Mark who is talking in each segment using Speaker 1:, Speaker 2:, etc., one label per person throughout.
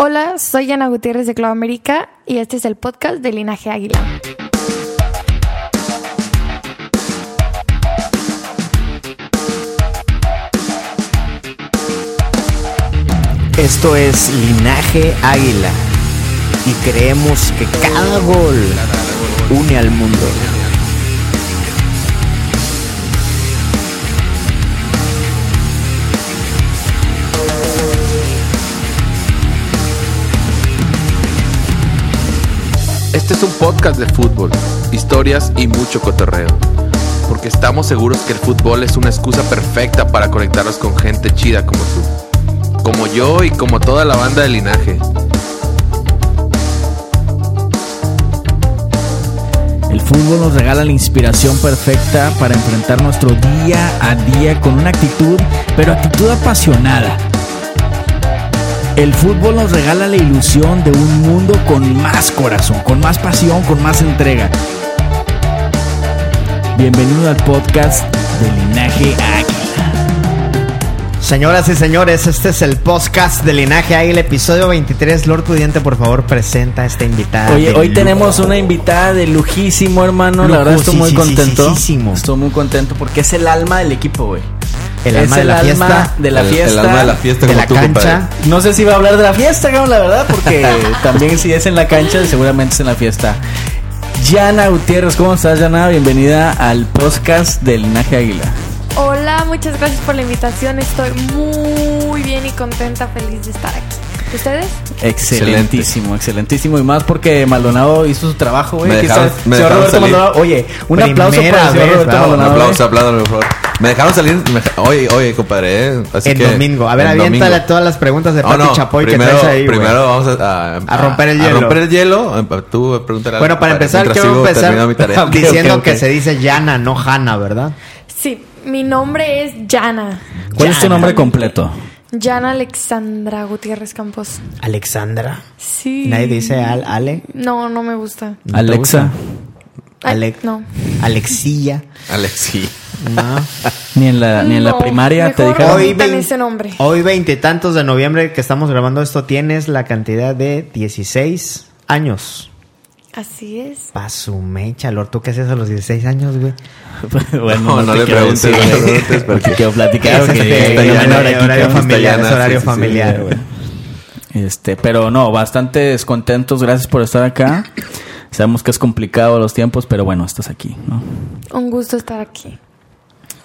Speaker 1: Hola, soy Ana Gutiérrez de Club América y este es el podcast de Linaje Águila.
Speaker 2: Esto es Linaje Águila y creemos que cada gol une al mundo.
Speaker 3: Este es un podcast de fútbol, historias y mucho cotorreo. Porque estamos seguros que el fútbol es una excusa perfecta para conectarnos con gente chida como tú. Como yo y como toda la banda de linaje.
Speaker 2: El fútbol nos regala la inspiración perfecta para enfrentar nuestro día a día con una actitud, pero actitud apasionada. El fútbol nos regala la ilusión de un mundo con más corazón, con más pasión, con más entrega. Bienvenido al podcast de Linaje Águila.
Speaker 4: Señoras y señores, este es el podcast de Linaje Águila, episodio 23. Lord Pudiente, por favor, presenta a esta invitada.
Speaker 2: Oye,
Speaker 4: de
Speaker 2: hoy
Speaker 4: lujo.
Speaker 2: tenemos una invitada de lujísimo, hermano. la verdad estoy muy contento.
Speaker 4: Lujosísimo.
Speaker 2: Estoy muy contento porque es el alma del equipo, güey.
Speaker 4: El
Speaker 2: es
Speaker 4: alma de
Speaker 2: el
Speaker 4: la
Speaker 2: alma
Speaker 4: fiesta,
Speaker 2: de la
Speaker 3: el,
Speaker 2: fiesta.
Speaker 3: El alma de la fiesta
Speaker 4: de
Speaker 3: como
Speaker 4: la
Speaker 3: tú,
Speaker 4: cancha.
Speaker 3: compadre.
Speaker 2: No sé si va a hablar de la fiesta, cabrón, la verdad, porque también si es en la cancha, seguramente es en la fiesta. Yana Gutiérrez, ¿cómo estás, Yana? Bienvenida al podcast del Linaje Águila.
Speaker 1: Hola, muchas gracias por la invitación. Estoy muy bien y contenta, feliz de estar aquí. ¿Ustedes?
Speaker 2: Excelentísimo, excelentísimo. Y más porque Maldonado hizo su trabajo, güey.
Speaker 3: Me
Speaker 2: Aquí está
Speaker 3: dejaron- me
Speaker 2: señor
Speaker 3: dejaron
Speaker 2: Roberto
Speaker 3: salir.
Speaker 2: Maldonado. Oye, un aplauso para el
Speaker 4: Primera
Speaker 2: señor
Speaker 4: vez,
Speaker 2: Roberto
Speaker 4: bravo.
Speaker 3: Ah, Un
Speaker 2: Maldonado.
Speaker 3: aplauso, aplauso, por favor. Me dejaron salir. me deja- oye, oye, compadre. ¿eh? Así
Speaker 4: El
Speaker 3: que-
Speaker 4: domingo. A ver,
Speaker 3: el
Speaker 4: aviéntale
Speaker 3: domingo.
Speaker 4: todas las preguntas de
Speaker 3: No,
Speaker 4: Pati
Speaker 3: no,
Speaker 4: Chapoy
Speaker 3: primero,
Speaker 4: que traes ahí, güey.
Speaker 3: Primero vamos a,
Speaker 4: A romper el
Speaker 3: a
Speaker 4: hielo.
Speaker 3: romper el hielo. Eh, Tú pregúntale algo,
Speaker 4: Bueno, para
Speaker 3: compadre,
Speaker 4: empezar,
Speaker 3: mientras
Speaker 4: quiero
Speaker 3: sigo terminando
Speaker 4: empezar
Speaker 3: mi tarea.
Speaker 2: Ok,
Speaker 4: diciendo
Speaker 2: ok, ok.
Speaker 4: que se dice Yana, no Hanna, ¿verdad?
Speaker 1: Sí, mi nombre es Yana.
Speaker 2: ¿Cuál es tu
Speaker 4: Yana.
Speaker 2: nombre completo?
Speaker 1: Yana Alexandra Gutiérrez Campos.
Speaker 4: Alexandra.
Speaker 1: Sí.
Speaker 4: Nadie dice Al, Ale.
Speaker 1: No, no me gusta.
Speaker 4: ¿No te
Speaker 2: Alexa.
Speaker 1: Ay,
Speaker 4: Alex.
Speaker 1: No.
Speaker 4: Alexilla.
Speaker 3: Alex, sí.
Speaker 4: No.
Speaker 2: Ni en la, ni en la
Speaker 1: No,
Speaker 2: primaria te
Speaker 1: mejor hoy-
Speaker 2: dijeron.
Speaker 4: Hoy,
Speaker 1: Permítame
Speaker 4: vein-
Speaker 1: ese nombre.
Speaker 4: hoy veintitantos de noviembre que estamos grabando esto, tienes la cantidad de 16 años.
Speaker 1: Así es.
Speaker 4: Pa' su mecha, Lord, ¿tú qué haces a los 16 años, güey?
Speaker 2: bueno,
Speaker 3: No, no
Speaker 2: te
Speaker 3: le
Speaker 2: quiero
Speaker 3: preguntes,
Speaker 2: decir,
Speaker 3: no le
Speaker 2: güey.
Speaker 3: preguntes,
Speaker 2: No te
Speaker 3: porque-
Speaker 2: quiero platicar.
Speaker 4: Es
Speaker 2: porque
Speaker 4: este,
Speaker 2: ya está
Speaker 4: horario-
Speaker 2: Yana ahora aquí,
Speaker 4: horario
Speaker 2: cabrón.
Speaker 4: familiar,
Speaker 3: Yana,
Speaker 4: es horario
Speaker 3: sí, sí, sí,
Speaker 4: familiar.
Speaker 3: ya,
Speaker 4: güey.
Speaker 2: Este, pero no, bastante contentos. Gracias por estar acá. Sabemos que es complicado los tiempos, pero bueno, estás aquí, ¿no?
Speaker 1: Un gusto estar aquí.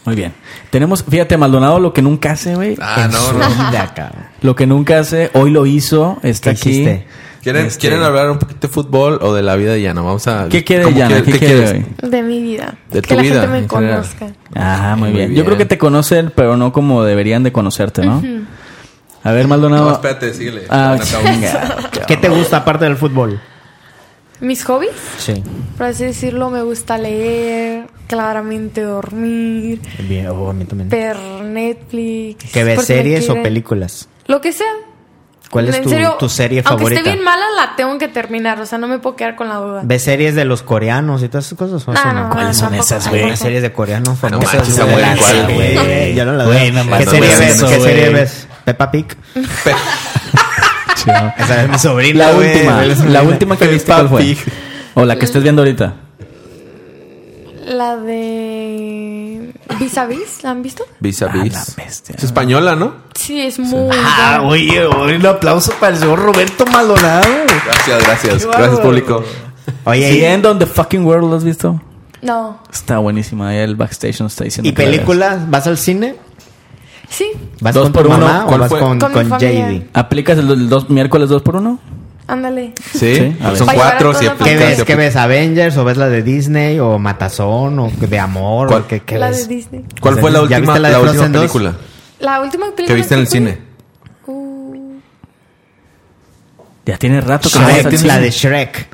Speaker 2: Muy bien. Tenemos, fíjate, Maldonado, lo que nunca hace, güey.
Speaker 3: Ah,
Speaker 4: En
Speaker 3: no,
Speaker 4: su
Speaker 3: no.
Speaker 4: vida, cabrón.
Speaker 2: Lo que nunca hace, hoy lo hizo, está
Speaker 4: ¿Qué
Speaker 2: aquí.
Speaker 4: hiciste?
Speaker 3: ¿Quieren,
Speaker 2: Este-
Speaker 3: ¿Quieren hablar un poquito de fútbol o de la vida de Yana? Vamos a...
Speaker 2: ¿Qué quiere
Speaker 3: ¿Cómo
Speaker 2: Yana?
Speaker 3: quieres- qué
Speaker 2: ¿Qué, quiere,
Speaker 3: quieres?
Speaker 2: güey?
Speaker 1: De mi vida.
Speaker 3: De
Speaker 1: que
Speaker 3: tu
Speaker 1: la
Speaker 3: vida,
Speaker 1: gente me
Speaker 3: en general.
Speaker 1: conozca.
Speaker 2: Ah, muy
Speaker 3: Muy
Speaker 2: bien. Yo
Speaker 3: bien.
Speaker 2: creo que te conocen, pero no como deberían de conocerte, ¿no? A ver, Maldonado.
Speaker 3: No, espérate, síguele.
Speaker 2: Ah,
Speaker 3: Ana, cabrón.
Speaker 2: chinga.
Speaker 4: ¿Qué te gusta aparte del fútbol?
Speaker 1: Mis hobbies,
Speaker 4: Sí.
Speaker 1: por así decirlo, me gusta leer, claramente dormir,
Speaker 4: Bien, oh, a mí también.
Speaker 1: ver Netflix.
Speaker 4: ¿Que ves
Speaker 1: porque
Speaker 4: series
Speaker 1: me
Speaker 4: o
Speaker 1: quiere-
Speaker 4: películas?
Speaker 1: Lo que sea.
Speaker 4: ¿Cuál es
Speaker 1: En
Speaker 4: tu,
Speaker 1: serio,
Speaker 4: tu serie
Speaker 1: Aunque
Speaker 4: favorita?
Speaker 1: esté bien mala, la tengo que terminar. O sea, no me puedo quedar con la duda.
Speaker 4: ¿Ves series de los coreanos y todas esas cosas? ¿O
Speaker 1: No,
Speaker 4: eso
Speaker 1: Ah, no,
Speaker 2: ¿Cuáles son
Speaker 1: tampoco,
Speaker 2: esas, güey?
Speaker 4: Hay series de coreanos
Speaker 3: No
Speaker 4: famosas.
Speaker 3: manches,
Speaker 4: güey.
Speaker 3: Samuel, ¿cuál,
Speaker 4: güey?
Speaker 2: güey?
Speaker 4: Ya no la
Speaker 2: Güey,
Speaker 4: veo.
Speaker 2: no
Speaker 4: ¿Qué
Speaker 2: mames,
Speaker 4: serie
Speaker 2: no
Speaker 4: ves?
Speaker 2: eso,
Speaker 4: ¿Qué
Speaker 2: güey.
Speaker 4: serie ves? Peppa Pig. Esa es mi sobrina,
Speaker 2: La
Speaker 4: güey.
Speaker 2: última,
Speaker 4: Es mi
Speaker 2: la
Speaker 4: sobrina.
Speaker 2: última que viste cuál fue. O la que estés viendo ahorita.
Speaker 1: La de. Vis a Vis, ¿la han visto?
Speaker 3: Vis a vis.
Speaker 2: Ah, la bestia.
Speaker 3: Es española, ¿no?
Speaker 1: Sí, es muy.
Speaker 2: Ah,
Speaker 1: buena.
Speaker 2: oye, oye, un aplauso para el señor Roberto Maldonado.
Speaker 3: Gracias, gracias.
Speaker 2: Qué
Speaker 3: Gracias,
Speaker 2: bárbaro.
Speaker 3: público.
Speaker 4: Oye,
Speaker 2: The
Speaker 4: y-
Speaker 2: End on the Fucking World, ¿lo has visto?
Speaker 1: No.
Speaker 2: Está buenísima. Ahí el backstage nos está diciendo.
Speaker 4: ¿Y
Speaker 2: que la
Speaker 4: películas? ¿Vas al cine?
Speaker 1: Sí,
Speaker 4: ¿Vas
Speaker 2: Dos
Speaker 4: con
Speaker 2: por
Speaker 4: tu
Speaker 2: uno.
Speaker 4: mamá o
Speaker 3: ¿Cuál
Speaker 4: vas
Speaker 3: fue?
Speaker 4: con,
Speaker 1: Con mi
Speaker 4: con
Speaker 1: familia.
Speaker 4: JD?
Speaker 2: veas. ¿Aplicas el, el dos- miércoles 2 por 1
Speaker 1: ándale.
Speaker 3: Sí,
Speaker 2: Sí, a ver.
Speaker 3: son
Speaker 1: Para
Speaker 3: cuatro.
Speaker 1: llevar a
Speaker 3: Si
Speaker 1: toda la
Speaker 4: ¿Qué
Speaker 1: Ok.
Speaker 4: ves? ¿Qué ves? ¿Avengers o ves la de Disney o Matazón o de amor?
Speaker 3: ¿Cuál-
Speaker 4: o qué, qué
Speaker 1: la
Speaker 4: ves?
Speaker 1: de Disney.
Speaker 3: ¿Cuál fue la
Speaker 4: ¿Ya
Speaker 3: última,
Speaker 4: viste la
Speaker 3: la
Speaker 4: de
Speaker 3: última
Speaker 4: Frozen dos?
Speaker 3: película?
Speaker 1: La última película.
Speaker 3: ¿Qué viste en el
Speaker 1: que fui-
Speaker 3: cine?
Speaker 1: Uh,
Speaker 2: Ya tiene rato que no vas
Speaker 4: Shrek,
Speaker 2: al
Speaker 4: Ah, la
Speaker 2: cine.
Speaker 4: de Shrek.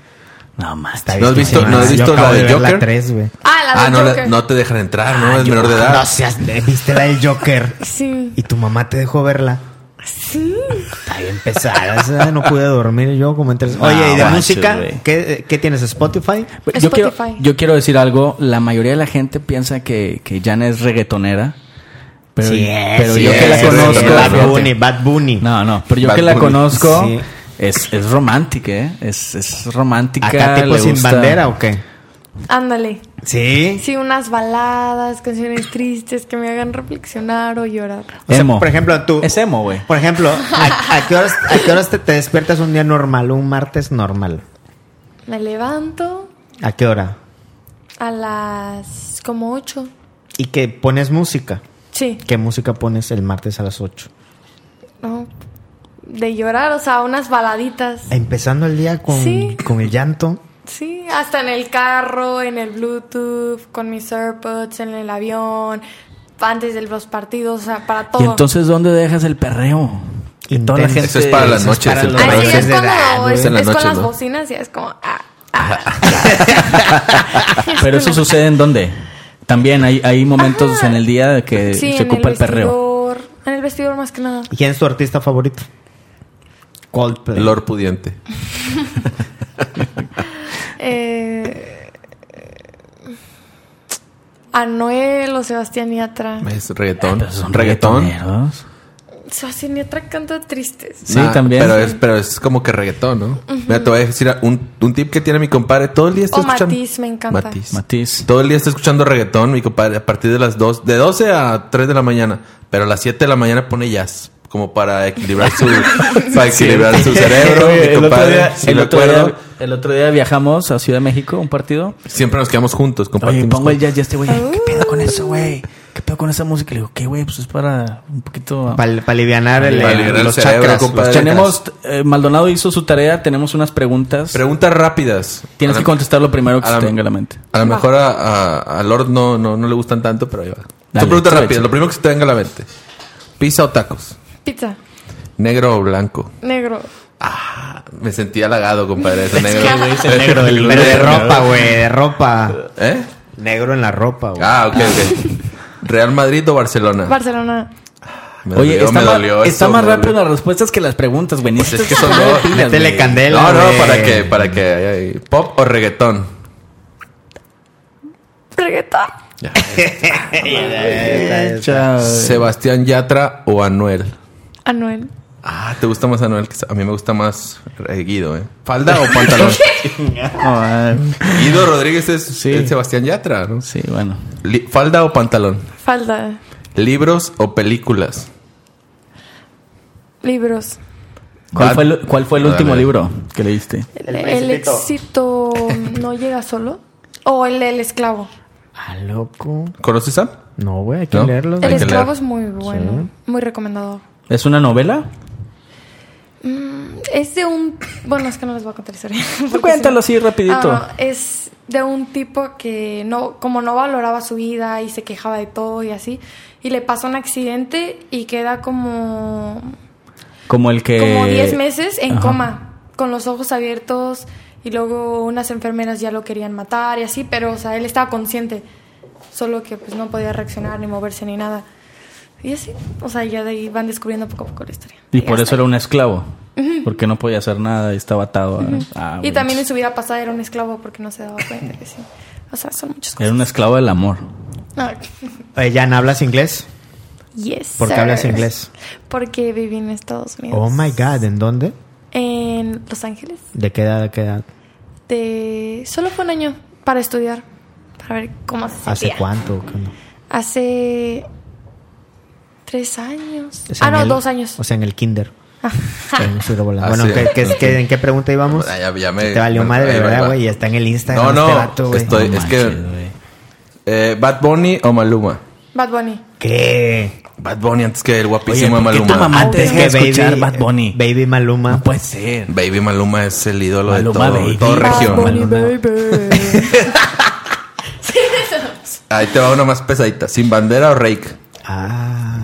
Speaker 2: No más.
Speaker 4: Está
Speaker 3: ¿No has visto- no has
Speaker 4: Yo
Speaker 3: visto
Speaker 4: acabo
Speaker 3: la de
Speaker 4: ver
Speaker 3: Joker?
Speaker 4: La 3, güey.
Speaker 1: Ah, la de
Speaker 3: Ah, no, la-
Speaker 1: Joker.
Speaker 3: no te dejan entrar, ¿no?
Speaker 4: Ah,
Speaker 3: es
Speaker 4: yo-
Speaker 3: menor de
Speaker 4: No
Speaker 3: edad.
Speaker 4: seas, viste la del Joker.
Speaker 1: Sí.
Speaker 4: Y tu mamá te dejó verla.
Speaker 1: Sí.
Speaker 4: Está bien pesada. esa, no pude dormir yo como en tres.
Speaker 2: No,
Speaker 4: Oye, ¿y de
Speaker 3: Ah,
Speaker 2: manches,
Speaker 4: música?
Speaker 2: güey.
Speaker 4: ¿Qué, ¿Qué tienes? ¿Spotify?
Speaker 2: Yo quiero,
Speaker 1: Spotify.
Speaker 2: yo quiero decir algo. La mayoría de la gente piensa que, que Jan es reggaetonera. Pero, pero
Speaker 3: sí
Speaker 2: yo que la
Speaker 3: es,
Speaker 2: conozco.
Speaker 3: reggaetonera.
Speaker 4: Bad
Speaker 2: fíjate.
Speaker 4: Bunny, Bad Bunny.
Speaker 2: No, no, pero yo
Speaker 3: Bad
Speaker 2: que la
Speaker 3: Bunny.
Speaker 2: conozco
Speaker 4: Sí.
Speaker 2: es, es romántica, ¿eh? Es, es romántica.
Speaker 4: ¿Acá tipo
Speaker 2: le
Speaker 4: sin
Speaker 2: gusta-
Speaker 4: bandera o qué?
Speaker 1: Ándale.
Speaker 4: Sí.
Speaker 1: Sí, unas baladas, canciones tristes que me hagan reflexionar o llorar.
Speaker 4: O sea,
Speaker 2: Emo.
Speaker 4: por ejemplo, tú.
Speaker 2: Es emo, güey.
Speaker 4: Por ejemplo, ¿a, a qué horas, a qué horas te, te despiertas un día normal, un martes normal?
Speaker 1: Me levanto
Speaker 4: ¿A qué hora?
Speaker 1: a las como 8.
Speaker 4: Y que pones música.
Speaker 1: Sí.
Speaker 4: ¿Qué música pones el martes a las 8?
Speaker 1: No. De llorar, o sea, unas baladitas.
Speaker 4: Empezando el día con,
Speaker 1: Sí.
Speaker 4: con el llanto.
Speaker 1: Sí, hasta en el carro, en el Bluetooth, con mis AirPods, en el avión, antes de los partidos, o sea, para todo.
Speaker 2: ¿Y entonces dónde dejas el perreo? Y toda la
Speaker 4: Intenso.
Speaker 2: gente...
Speaker 3: Eso es para las
Speaker 4: Eso es
Speaker 3: noches.
Speaker 4: para
Speaker 3: el
Speaker 4: las
Speaker 1: Ah,
Speaker 3: perreo.
Speaker 1: sí,
Speaker 4: noches.
Speaker 1: es
Speaker 4: de
Speaker 1: cuando
Speaker 4: edad, güey.
Speaker 1: es,
Speaker 3: Es en la
Speaker 1: es
Speaker 3: noche,
Speaker 1: con las
Speaker 3: ¿no?
Speaker 1: bocinas y es como... ah, ah.
Speaker 2: Pero eso sucede en dónde? También hay, hay momentos
Speaker 1: Ajá.
Speaker 2: en el día de que
Speaker 1: Sí,
Speaker 2: Eh, se
Speaker 1: en
Speaker 2: ocupa Ah, el, perreo.
Speaker 1: vestidor, En el vestidor más que nada.
Speaker 4: ¿Y quién es tu artista favorito? Coldplay.
Speaker 3: Lord pudiente.
Speaker 1: Eh, Anuel o Sebastián Yatra.
Speaker 3: Es reggaetón.
Speaker 2: Pero son
Speaker 3: reggaetón.
Speaker 2: reggaetoneros.
Speaker 1: Sebastián Yatra canta tristes.
Speaker 2: Sí,
Speaker 3: Nah,
Speaker 2: también.
Speaker 3: Ah, Pero es, pero es como que reggaetón, ¿no? Mira, te voy a decir un, un tip que tiene mi compadre. Todo el día estoy
Speaker 1: O
Speaker 3: escuchando.
Speaker 1: Oh, Matiz, me encanta.
Speaker 3: Matiz.
Speaker 2: Matiz.
Speaker 3: Todo el día está escuchando reggaetón, mi compadre, a partir de las 2, de 12 a 3 de la mañana. Pero a las 7 de la mañana pone jazz, como para equilibrar su, para equilibrar su cerebro.
Speaker 2: Oye,
Speaker 3: mi
Speaker 2: el, otro
Speaker 3: compadre,
Speaker 2: día,
Speaker 3: sí
Speaker 2: el
Speaker 3: me
Speaker 2: otro
Speaker 3: acuerdo.
Speaker 2: día- el otro día viajamos a Ciudad de México, un partido.
Speaker 3: Siempre nos quedamos juntos,
Speaker 2: Oye,
Speaker 3: compartimos.
Speaker 2: pongo el
Speaker 3: juntos.
Speaker 2: jazz y este güey, ¿qué pedo con eso, güey? ¿Qué pedo con esa música? Le digo, ¿qué, güey? Pues es para un poquito...
Speaker 4: Para alivianar el,
Speaker 3: Pa' aliviar el
Speaker 4: los
Speaker 3: cerebro,
Speaker 4: chakras.
Speaker 3: compadre.
Speaker 4: los chakras.
Speaker 2: tenemos, eh, Maldonado hizo su tarea, tenemos unas preguntas.
Speaker 3: Preguntas rápidas.
Speaker 2: Tienes
Speaker 3: A
Speaker 2: que
Speaker 3: la-
Speaker 2: contestar lo primero que
Speaker 3: a
Speaker 2: se
Speaker 3: la-
Speaker 2: te venga a la mente.
Speaker 3: A lo mejor a, a- a Lord no, no, no le gustan tanto, pero ahí va.
Speaker 2: Dale,
Speaker 3: Son preguntas
Speaker 2: échale,
Speaker 3: rápidas.
Speaker 2: échale.
Speaker 3: Lo primero que se te venga a la mente. Pizza o tacos.
Speaker 1: Pizza,
Speaker 3: Negro o blanco.
Speaker 1: negro.
Speaker 3: Me sentí halagado, compadre. Ese negro.
Speaker 4: El negro del- pero de ropa, güey, de ropa.
Speaker 3: ¿Eh?
Speaker 4: Negro en la ropa, güey.
Speaker 3: Ah, ok, ok. ¿Real Madrid o Barcelona?
Speaker 1: Barcelona,
Speaker 3: Me
Speaker 2: Oye,
Speaker 3: dolió,
Speaker 2: está,
Speaker 3: me
Speaker 2: ma-
Speaker 3: dolió
Speaker 2: está
Speaker 3: eso,
Speaker 2: más
Speaker 3: me
Speaker 2: rápido
Speaker 3: dolió.
Speaker 2: las respuestas que las preguntas, güey.
Speaker 3: Pues es que son
Speaker 2: Necesitas
Speaker 3: dos.
Speaker 2: pilas,
Speaker 4: Métele
Speaker 2: güey.
Speaker 4: candela,
Speaker 3: No, no,
Speaker 4: güey.
Speaker 3: para que, para que. ay, ay, ¿Pop o reggaetón?
Speaker 1: reggaetón.
Speaker 2: Chao.
Speaker 3: ¿Sebastián Yatra o Anuel?
Speaker 1: Anuel,
Speaker 3: Ah, ¿te gusta más Anuel? que Sa- A mí me gusta más eh, Guido, ¿eh? ¿Falda o pantalón?
Speaker 2: Ah,
Speaker 3: Guido Rodríguez es,
Speaker 2: Sí.
Speaker 3: es Sebastián Yatra, ¿no?
Speaker 2: sí, bueno.
Speaker 3: Li- ¿Falda o pantalón?
Speaker 1: falda,
Speaker 3: ¿Libros o películas?
Speaker 1: libros.
Speaker 2: ¿Cuál
Speaker 3: Bad-
Speaker 2: fue el, cuál fue el
Speaker 3: Dale.
Speaker 2: último libro que leíste?
Speaker 1: El, el éxito no llega solo. O el, el esclavo.
Speaker 4: Ah, loco.
Speaker 3: ¿Conoces a?
Speaker 4: No, güey, hay que
Speaker 3: ¿No?
Speaker 4: leerlo.
Speaker 3: Hay
Speaker 1: El
Speaker 3: que
Speaker 1: esclavo
Speaker 3: leer.
Speaker 1: es muy bueno, muy recomendado.
Speaker 2: ¿Es una novela?
Speaker 1: Es de un. Bueno, es que no les voy a contar la historia. porque
Speaker 2: Cuéntalo
Speaker 1: si no-
Speaker 2: así rapidito.
Speaker 1: Pues, Ah, es de un tipo que no, como no valoraba su vida y se quejaba de todo y así. Y le pasa un accidente y queda como.
Speaker 2: Como el que...
Speaker 1: como 10 meses en
Speaker 2: Ajá.
Speaker 1: coma, con los ojos abiertos. Y luego unas enfermeras ya lo querían matar y así, pero, o sea, él estaba consciente. Solo que pues no podía reaccionar, ni moverse, ni nada. Y así, o sea, ya de ahí van descubriendo poco a poco la historia.
Speaker 2: Y por
Speaker 1: hasta
Speaker 2: eso era un esclavo. Porque no podía hacer nada y estaba atado a... a-
Speaker 1: Y también en su vida pasada era un esclavo porque no se daba cuenta que sí. O sea, son muchas cosas.
Speaker 2: Era un esclavo del amor.
Speaker 1: Ah,
Speaker 4: Oye, Jan, Eh, ¿hablas inglés?
Speaker 1: yes.
Speaker 4: ¿Por qué
Speaker 1: sir.
Speaker 4: hablas inglés?
Speaker 1: Porque viví en Estados Unidos.
Speaker 4: Oh my god, ¿en dónde?
Speaker 1: En Los Ángeles.
Speaker 4: ¿De qué edad a qué edad?
Speaker 1: De... Este, Solo fue un año para estudiar. Para ver cómo se sentía.
Speaker 4: ¿Hace cuánto? ¿Qué onda?
Speaker 1: Hace. Tres años.
Speaker 4: O sea,
Speaker 1: Ah,
Speaker 4: en
Speaker 1: no,
Speaker 4: el-
Speaker 1: dos años.
Speaker 4: O sea, en el kinder.
Speaker 1: Ah,
Speaker 4: Pero no estoy volando.
Speaker 3: Ah,
Speaker 4: bueno,
Speaker 3: sí.
Speaker 4: ¿qué- qué- qué- en qué pregunta íbamos?
Speaker 3: Ah, ya- ya me-
Speaker 4: Te valió
Speaker 3: me-
Speaker 4: madre,
Speaker 3: ahí va, ahí
Speaker 4: ¿verdad,
Speaker 3: va.
Speaker 4: güey? Ya está en el Instagram
Speaker 3: No,
Speaker 4: este
Speaker 3: no,
Speaker 4: vato, güey.
Speaker 3: estoy-
Speaker 4: No
Speaker 3: es que-
Speaker 2: manches, güey.
Speaker 3: Eh, ¿Bad Bunny o Maluma?
Speaker 1: Bad Bunny.
Speaker 4: ¿Qué?
Speaker 3: Bad Bunny antes que el
Speaker 2: Oye,
Speaker 3: guapísimo de
Speaker 2: ¿por qué tu
Speaker 3: Maluma.
Speaker 2: mamá te
Speaker 4: Antes
Speaker 2: deja de escuchar
Speaker 1: eh,
Speaker 2: Bad Bunny?
Speaker 4: Baby Maluma.
Speaker 2: No puede ser.
Speaker 3: Baby Maluma es el ídolo
Speaker 2: Maluma
Speaker 3: de todo,
Speaker 2: Baby.
Speaker 3: todo
Speaker 2: Bad
Speaker 3: región.
Speaker 2: Bunny.
Speaker 3: Ahí te va una más pesadita. ¿Sin bandera o rake?
Speaker 4: Ah.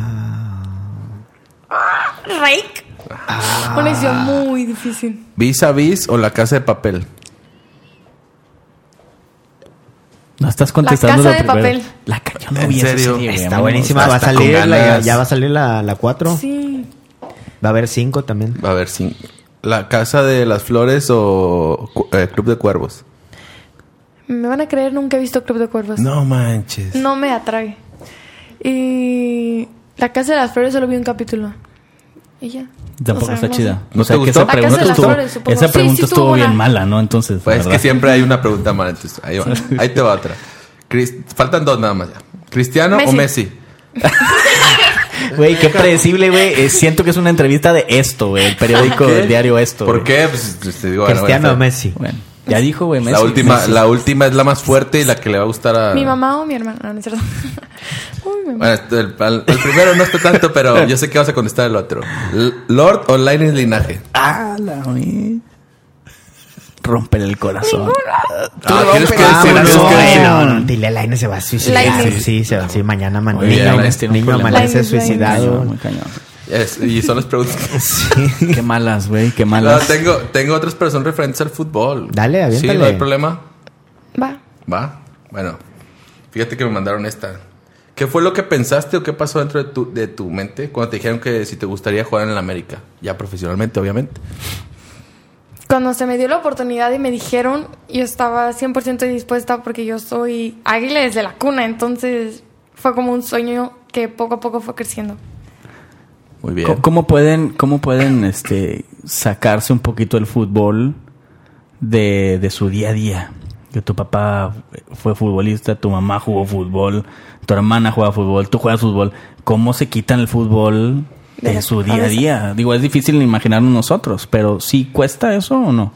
Speaker 1: Rake. Una decisión muy difícil.
Speaker 3: ¿Vis a vis o la casa de papel?
Speaker 2: No estás contestando
Speaker 1: La
Speaker 2: la,
Speaker 1: Casa de
Speaker 2: primera.
Speaker 1: Papel.
Speaker 2: La ca- yo no
Speaker 3: ¿En
Speaker 2: vi esa
Speaker 3: serio?
Speaker 2: serie, güey,
Speaker 4: Está
Speaker 2: a mí me
Speaker 4: buenísima.
Speaker 2: gusta.
Speaker 4: Va a
Speaker 3: Hasta con
Speaker 4: salir la,
Speaker 3: ganas.
Speaker 4: ya va a salir la, la 4.
Speaker 1: Sí.
Speaker 4: Va a haber 5 también.
Speaker 3: A ver, sí. ¿La casa de las flores o cu- eh, Club de Cuervos?
Speaker 1: Me van a creer, nunca he visto Club de Cuervos.
Speaker 3: No manches.
Speaker 1: No me atrae. Y La Casa de las Flores solo vi un capítulo. Y ya. O
Speaker 2: Tampoco
Speaker 1: sea,
Speaker 2: está
Speaker 1: no
Speaker 2: chida.
Speaker 1: sé.
Speaker 3: ¿No te
Speaker 2: que
Speaker 3: gustó?
Speaker 2: esa
Speaker 3: La Casa
Speaker 2: pregunta,
Speaker 3: de las
Speaker 2: estuvo,
Speaker 1: Flores, supongo.
Speaker 2: esa
Speaker 1: Sí,
Speaker 2: pregunta
Speaker 1: sí estuvo
Speaker 2: estuvo bien
Speaker 1: buena.
Speaker 2: mala, ¿no? Entonces.
Speaker 3: Pues
Speaker 2: la
Speaker 3: es que
Speaker 2: verdad.
Speaker 3: siempre hay una pregunta mala. Entonces, ahí, va. ahí te va otra. Cris- Faltan dos nada más ya. ¿Cristiano o
Speaker 1: Messi.
Speaker 3: Messi?
Speaker 2: Güey, qué predecible, güey. Eh, siento que es una entrevista de esto, güey. El periódico del diario esto.
Speaker 3: ¿Por
Speaker 2: güey.
Speaker 3: qué? Pues, pues, te digo, bueno,
Speaker 4: Cristiano
Speaker 3: bueno,
Speaker 4: Messi.
Speaker 2: Bueno, ya dijo, güey.
Speaker 3: La
Speaker 2: Messi,
Speaker 3: última,
Speaker 2: Messi.
Speaker 3: la última es la más fuerte y la que le va a gustar a.
Speaker 1: Mi mamá o mi hermana, no, no es cierto. Uy, mi mamá.
Speaker 3: Bueno, esto- el, al- al primero no está tanto, pero yo sé que vas a contestar el otro. L- Lord o Lainez Linaje.
Speaker 2: Ah, la güey. Romper el corazón.
Speaker 3: Ah, tienes que
Speaker 4: Ah,
Speaker 3: decir,
Speaker 4: bueno,
Speaker 3: tienes que decir.
Speaker 4: no, no, dile, Laine se va a suicidar.
Speaker 1: Laine.
Speaker 4: Sí, sí, se va. Sí, mañana, man,
Speaker 2: Oye,
Speaker 4: niño,
Speaker 3: Laine
Speaker 2: tiene un
Speaker 4: niño
Speaker 2: problema.
Speaker 4: amanece
Speaker 1: Laine, Laine.
Speaker 4: suicidado.
Speaker 2: Muy cañón.
Speaker 3: Es- y son las preguntas. que-
Speaker 2: Qué malas, güey. Qué
Speaker 3: No,
Speaker 2: malas.
Speaker 3: tengo, tengo otras personas referentes al fútbol.
Speaker 4: Dale, aviéntale.
Speaker 3: Sí, no hay problema.
Speaker 1: Va.
Speaker 3: Va. Bueno, fíjate que me mandaron esta. ¿Qué fue lo que pensaste o qué pasó dentro de tu, de tu mente cuando te dijeron que si te gustaría jugar en el América? Ya profesionalmente, obviamente.
Speaker 1: Cuando se me dio la oportunidad y me dijeron, yo estaba 100% dispuesta porque yo soy águila desde la cuna, entonces fue como un sueño que poco a poco fue creciendo.
Speaker 3: Muy bien.
Speaker 2: ¿Cómo- ¿Cómo pueden, cómo pueden este, sacarse un poquito el fútbol de, de su día a día? Que tu papá fue futbolista, tu mamá jugó fútbol, tu hermana juega fútbol, tú juegas fútbol. ¿Cómo se quitan el fútbol de,
Speaker 1: De la
Speaker 2: su día a
Speaker 1: cabeza.
Speaker 2: día? Digo, es difícil imaginarnos nosotros, pero ¿sí cuesta eso o no?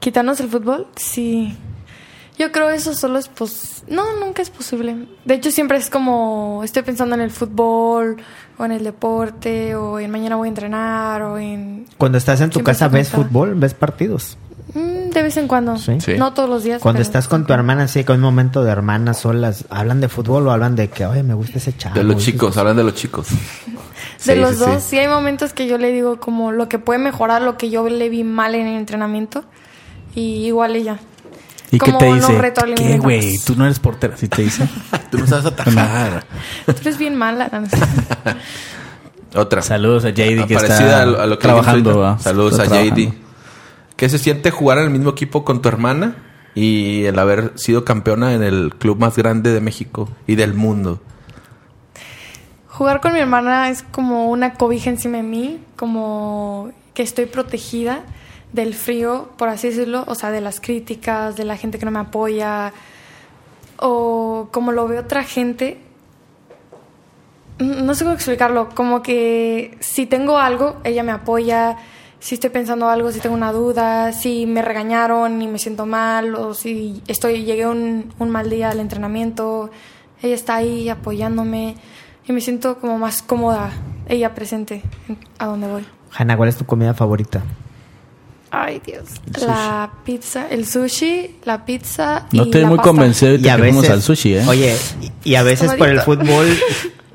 Speaker 1: ¿Quitarnos el fútbol? Sí. Yo creo eso solo es pos... No, nunca es posible. De hecho, siempre es como... Estoy pensando en el fútbol, o en el deporte, o en mañana voy a entrenar, o en...
Speaker 4: Cuando estás en tu
Speaker 1: Siempre
Speaker 4: casa,
Speaker 1: está
Speaker 4: ves
Speaker 1: conectada.
Speaker 4: fútbol, ves partidos.
Speaker 1: Mm, de vez en cuando.
Speaker 4: Sí.
Speaker 3: Sí.
Speaker 1: No todos los días.
Speaker 4: Cuando
Speaker 1: pero-
Speaker 4: estás con tu hermana, sí, con un momento de hermanas solas, ¿hablan de fútbol o hablan de que, oye, me gusta ese chavo?
Speaker 3: De los
Speaker 4: ese-
Speaker 3: chicos, hablan de los chicos.
Speaker 1: De
Speaker 3: ah, Sí,
Speaker 1: los
Speaker 3: sí, sí.
Speaker 1: dos, sí. hay momentos que yo le digo como lo que puede mejorar, lo que yo le vi mal en el entrenamiento, y igual ella.
Speaker 2: ¿Y qué
Speaker 1: Como
Speaker 2: te
Speaker 1: nos
Speaker 2: dice? ¿Qué,
Speaker 1: retroalimentamos.
Speaker 2: güey? Tú no eres portera, ¿sí te dice?
Speaker 3: Tú no sabes atajar.
Speaker 1: Tú eres bien mala. No, no sé.
Speaker 3: Otra.
Speaker 2: Saludos a JD que
Speaker 3: Parecida
Speaker 2: está
Speaker 3: a lo- a lo que
Speaker 2: trabajando.
Speaker 3: dijiste ahorita.
Speaker 2: ¿va?
Speaker 3: Saludos
Speaker 2: Está
Speaker 3: a JD.
Speaker 2: trabajando.
Speaker 3: ¿Qué se siente jugar en el mismo equipo con tu hermana y el haber sido campeona en el club más grande de México y del mundo?
Speaker 1: Jugar con mi hermana es como una cobija encima de mí, como que estoy protegida del frío, por así decirlo, o sea, de las críticas, de la gente que no me apoya, o como lo ve otra gente. N- Mm, No sé cómo explicarlo, como que si tengo algo, ella me apoya, si estoy pensando algo, si tengo una duda, si me regañaron y me siento mal, o si estoy, llegué un, un mal día al entrenamiento, ella está ahí apoyándome y me siento como más cómoda, ella presente en- a donde voy.
Speaker 4: Hanna, ¿cuál es tu comida favorita?
Speaker 1: Ay, Dios. La pizza, el sushi, la pizza.
Speaker 2: No
Speaker 1: y
Speaker 2: estoy
Speaker 1: la
Speaker 2: muy
Speaker 1: pasta.
Speaker 2: convencido de que fuimos al sushi, ¿eh?
Speaker 4: Oye, y, y a veces por el
Speaker 1: Samadita.
Speaker 4: fútbol,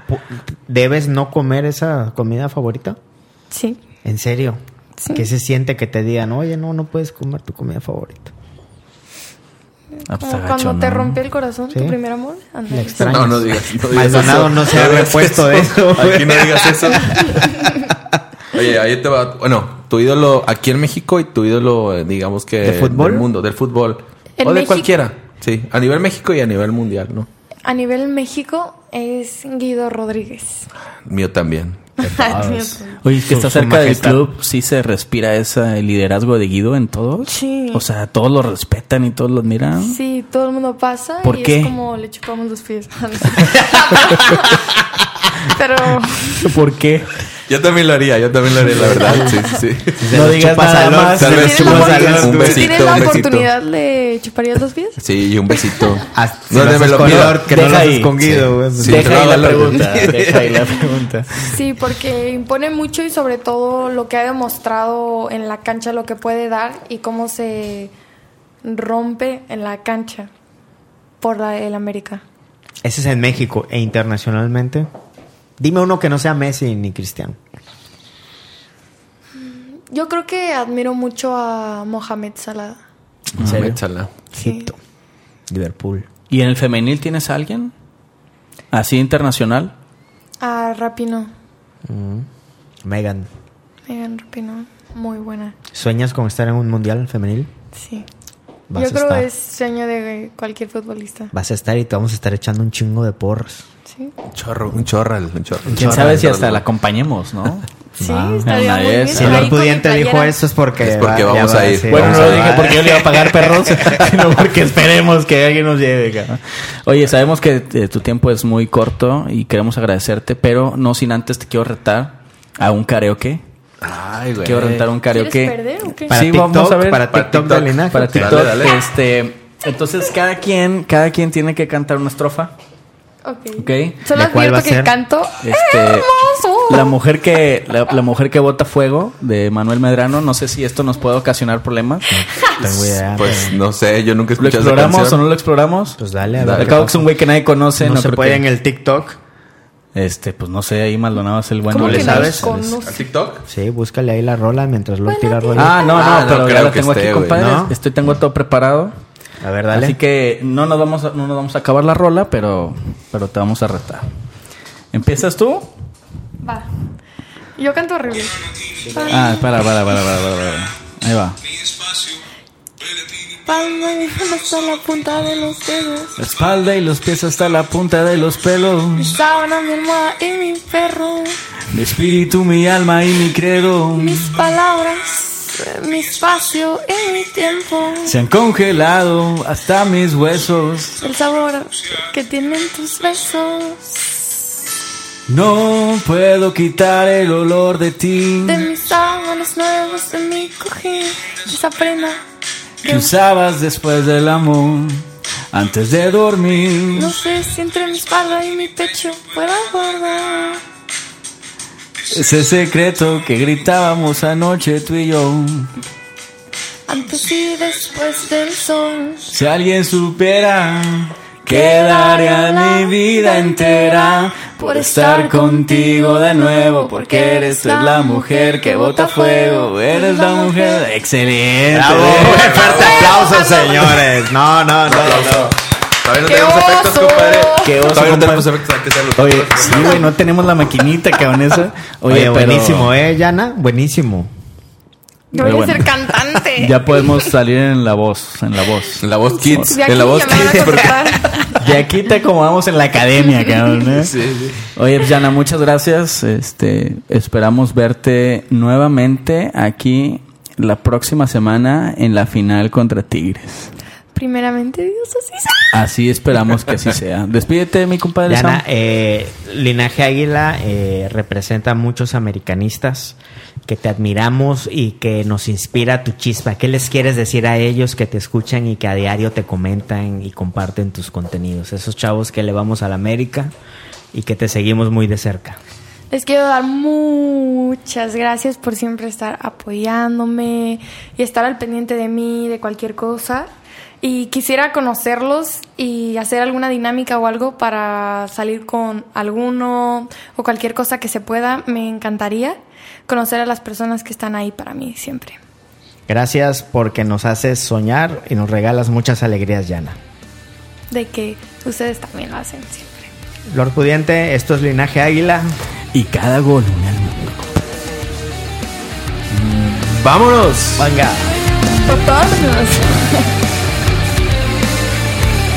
Speaker 4: pu- ¿debes no comer esa comida favorita?
Speaker 1: Sí.
Speaker 4: ¿En serio?
Speaker 1: Sí.
Speaker 4: ¿Qué se siente que te digan, oye, no, no puedes comer tu comida favorita?
Speaker 2: Ah,
Speaker 1: Como
Speaker 2: pues está
Speaker 1: cuando
Speaker 2: gacho,
Speaker 1: te
Speaker 2: ¿no?
Speaker 1: rompió el corazón,
Speaker 4: Sí.
Speaker 1: tu primer amor. ándale.
Speaker 4: La extraña.
Speaker 3: No, no digas. No digas
Speaker 4: Maldonado
Speaker 3: eso.
Speaker 4: no se ha
Speaker 3: digas
Speaker 4: repuesto ¿eh? de eso, güey.
Speaker 3: Aquí no digas eso. Oye, ahí te va. Bueno, tu ídolo aquí en México y tu ídolo, eh, digamos que.
Speaker 4: ¿De fútbol?
Speaker 3: Del mundo, del fútbol.
Speaker 1: En
Speaker 3: o de
Speaker 1: México-
Speaker 3: cualquiera. Sí, a nivel México y a nivel mundial, ¿no?
Speaker 1: A nivel México es Guido Rodríguez.
Speaker 3: Mío también.
Speaker 1: Dios mío.
Speaker 2: Oye, que
Speaker 4: Su-
Speaker 2: está
Speaker 4: su
Speaker 2: cerca del
Speaker 4: majestad.
Speaker 2: club, sí se respira ese liderazgo de Guido en todos.
Speaker 1: Sí.
Speaker 2: O sea, todos lo respetan y todos lo admiran.
Speaker 1: sí, todo el mundo pasa
Speaker 2: ¿Por
Speaker 1: y
Speaker 2: qué?
Speaker 1: es como le chupamos los pies. Pero
Speaker 2: ¿Por qué?
Speaker 3: Yo también lo haría, yo también lo haría, la verdad. Sí, sí, sí.
Speaker 4: Se lo chupas al otro,
Speaker 3: más.
Speaker 4: se
Speaker 3: Tal
Speaker 4: lo
Speaker 3: vez
Speaker 1: si
Speaker 3: tú vas
Speaker 4: chupas
Speaker 3: a
Speaker 4: al
Speaker 3: dar
Speaker 4: otro.
Speaker 3: un
Speaker 1: tienes
Speaker 3: besito,
Speaker 1: la
Speaker 3: un besito.
Speaker 1: oportunidad, ¿le chuparías los pies?
Speaker 3: Sí, y un besito.
Speaker 2: Ah,
Speaker 4: Hasta si
Speaker 3: ¿Dónde
Speaker 4: lo
Speaker 3: me
Speaker 4: haces
Speaker 3: lo
Speaker 4: con
Speaker 3: pido?
Speaker 4: Lord, que no
Speaker 2: Deja
Speaker 4: lo
Speaker 2: ahí.
Speaker 4: haces con Guido,
Speaker 3: Sí.
Speaker 4: güey.
Speaker 3: Sí, te lo
Speaker 2: deja ahí
Speaker 3: hago
Speaker 2: la
Speaker 3: al otro.
Speaker 2: pregunta. deja ahí la pregunta.
Speaker 1: Sí, porque impone mucho y sobre todo lo que ha demostrado en la cancha, lo que puede dar y cómo se rompe en la cancha por la- el América.
Speaker 4: Ese es en México e internacionalmente. Dime uno que no sea Messi ni Cristiano.
Speaker 1: Yo creo que admiro mucho a Mohamed Salah.
Speaker 2: ¿En serio?
Speaker 3: Métala.
Speaker 1: Sí.
Speaker 4: Egipto, Liverpool.
Speaker 2: ¿Y en el femenil tienes a alguien? ¿Así internacional?
Speaker 1: A Rapino.
Speaker 4: Megan,
Speaker 1: Megan Rapino. Muy buena.
Speaker 4: ¿sueñas con estar en un mundial femenil?
Speaker 1: Sí.
Speaker 4: Vas
Speaker 1: Yo
Speaker 4: a
Speaker 1: creo
Speaker 4: estar.
Speaker 1: es sueño de cualquier futbolista.
Speaker 4: Vas a estar y te vamos a estar echando un chingo de porros.
Speaker 1: Sí.
Speaker 3: Un chorro, un chorral, un chorro.
Speaker 4: Pues
Speaker 2: ¿Quién sabe si hasta la acompañemos, no?
Speaker 1: Sí,
Speaker 4: Va.
Speaker 1: estaría
Speaker 2: Anda,
Speaker 1: muy bien.
Speaker 2: es.
Speaker 4: Si
Speaker 2: Ahí
Speaker 4: el
Speaker 1: Ahí con
Speaker 4: Lord
Speaker 1: mi
Speaker 4: Pudiente dijo
Speaker 1: playera.
Speaker 4: eso es porque,
Speaker 3: Es porque vamos
Speaker 4: ya
Speaker 3: a ir.
Speaker 4: sí,
Speaker 2: bueno,
Speaker 4: vamos
Speaker 2: no
Speaker 4: a
Speaker 2: lo dije
Speaker 4: dar.
Speaker 2: porque yo le iba a pagar perros, sino porque esperemos que alguien nos lleve. cabrón. Oye, sabemos que eh, tu tiempo es muy corto y queremos agradecerte, pero no sin antes te quiero retar a un karaoke.
Speaker 3: Ay, güey.
Speaker 2: Quiero rentar un
Speaker 1: ¿Quieres
Speaker 2: karaoke.
Speaker 1: perder o qué?
Speaker 4: Para
Speaker 2: sí, vamos
Speaker 4: TikTok,
Speaker 2: a ver.
Speaker 4: Para
Speaker 3: Para
Speaker 4: TikTok,
Speaker 3: TikTok,
Speaker 4: del linaje.
Speaker 2: para
Speaker 3: Dale,
Speaker 2: TikTok.
Speaker 3: dale.
Speaker 2: Este, entonces cada quien, cada quien tiene que cantar una estrofa.
Speaker 1: Ok.
Speaker 2: Ok.
Speaker 1: Solo
Speaker 4: ¿La cual va a
Speaker 1: advierto que
Speaker 4: ser?
Speaker 1: canto.
Speaker 2: Este,
Speaker 1: ¡Hermoso!
Speaker 2: la mujer que la, la mujer que bota fuego de Manuel Medrano, no sé si esto nos puede ocasionar problemas.
Speaker 4: Tengo idea,
Speaker 3: Pues
Speaker 4: pero-
Speaker 3: no sé, yo nunca
Speaker 2: ¿Lo
Speaker 3: escuché esa
Speaker 2: exploramos o
Speaker 3: canción.
Speaker 2: no lo exploramos?
Speaker 4: Pues dale, a ver
Speaker 2: Al
Speaker 4: qué
Speaker 2: cabo que es
Speaker 4: pasa.
Speaker 2: un güey que nadie conoce, no,
Speaker 4: no se
Speaker 2: creo
Speaker 4: puede
Speaker 2: que-
Speaker 4: en el TikTok.
Speaker 2: Este, pues no sé, ahí Maldonado es el bueno. Pues,
Speaker 1: ¿Cómo
Speaker 3: ¿Le
Speaker 1: que
Speaker 3: sabes?
Speaker 1: no los
Speaker 3: ¿Al
Speaker 1: conoce?
Speaker 3: TikTok?
Speaker 4: Sí, búscale ahí la rola mientras lo tira
Speaker 1: pues
Speaker 4: rola.
Speaker 2: Ah, no, no,
Speaker 3: Ah, no
Speaker 2: pero ya
Speaker 3: creo
Speaker 2: lo
Speaker 3: que
Speaker 2: tengo
Speaker 3: esté,
Speaker 2: aquí,
Speaker 3: güey.
Speaker 2: compadre.
Speaker 4: ¿No?
Speaker 2: Estoy tengo todo preparado.
Speaker 4: a ver, dale.
Speaker 2: Así que no nos vamos a, no nos vamos a acabar la rola, pero pero te vamos a retar. ¿Empiezas tú?
Speaker 1: Va. Yo canto horrible.
Speaker 2: Ah, para, para, para, para, para, para. Ahí va.
Speaker 1: Palma y hasta la punta de los dedos.
Speaker 2: La espalda y los pies hasta la punta de los pelos.
Speaker 1: Mi sábana, mi almohada y mi perro.
Speaker 2: Mi espíritu, mi alma y mi credo
Speaker 1: Mis palabras, mi espacio y mi tiempo.
Speaker 2: se han congelado hasta mis huesos.
Speaker 1: El sabor que tienen tus besos.
Speaker 2: No puedo quitar el olor de ti
Speaker 1: De mis sábanas nuevos, de mi cojín. De esa prenda que
Speaker 2: que usabas después del amor, antes de dormir.
Speaker 1: no sé si entre mi espalda y mi pecho pueda guardar.
Speaker 2: Ese secreto que gritábamos anoche tú y yo.
Speaker 1: Antes y después del sol.
Speaker 2: Si alguien supiera que daría mi vida entera por estar contigo de nuevo, porque eres tú la mujer que bota fuego, eres la mujer. Excelente.
Speaker 4: Bravo,
Speaker 2: güey.
Speaker 4: un fuerte aplauso, señores. No, no, no. no.
Speaker 3: Todavía no
Speaker 1: ¡Qué
Speaker 3: tenemos efectos,
Speaker 1: oso!
Speaker 3: compadre.
Speaker 2: Qué oso,
Speaker 3: Todavía no
Speaker 2: compadre.
Speaker 3: tenemos efectos. Hay que hacerlos.
Speaker 2: Oye, sí, güey, no tenemos la maquinita, cabrón, esa.
Speaker 4: Oye,
Speaker 2: Oye, pero-
Speaker 4: buenísimo, ¿eh, Yana? Buenísimo.
Speaker 1: Yo
Speaker 2: Pero
Speaker 1: voy
Speaker 2: bueno.
Speaker 1: a ser cantante.
Speaker 2: Ya podemos salir en la voz, en la voz.
Speaker 3: En la voz Kids.
Speaker 1: De aquí
Speaker 3: En la voz
Speaker 1: ya me van a
Speaker 3: Kids. porque-
Speaker 1: contratar.
Speaker 2: Y aquí te acomodamos en la academia, cabrón. ¿eh?
Speaker 3: Sí, sí.
Speaker 2: Oye, pues, Yana, muchas gracias. Este, esperamos verte nuevamente aquí la próxima semana en la final contra Tigres.
Speaker 1: Primeramente, Dios, así sea.
Speaker 2: Así esperamos que así sea. Despídete, mi compadre
Speaker 4: Yana,
Speaker 2: Sam.
Speaker 4: eh, Linaje Águila eh, representa a muchos americanistas que te admiramos y que nos inspira tu chispa. ¿Qué les quieres decir a ellos que te escuchan y que a diario te comentan y comparten tus contenidos? Esos chavos que le vamos a la América y que te seguimos muy de cerca.
Speaker 1: Les quiero dar muchas gracias por siempre estar apoyándome y estar al pendiente de mí, de cualquier cosa. Y quisiera conocerlos y hacer alguna dinámica o algo para salir con alguno o cualquier cosa que se pueda. Me encantaría conocer a las personas que están ahí para mí siempre.
Speaker 4: Gracias porque nos haces soñar y nos regalas muchas alegrías, Yana.
Speaker 1: De que ustedes también lo hacen siempre.
Speaker 4: Lord Pudiente, esto es Linaje Águila.
Speaker 2: Y cada gol. un alma.
Speaker 3: Vámonos.
Speaker 4: Venga.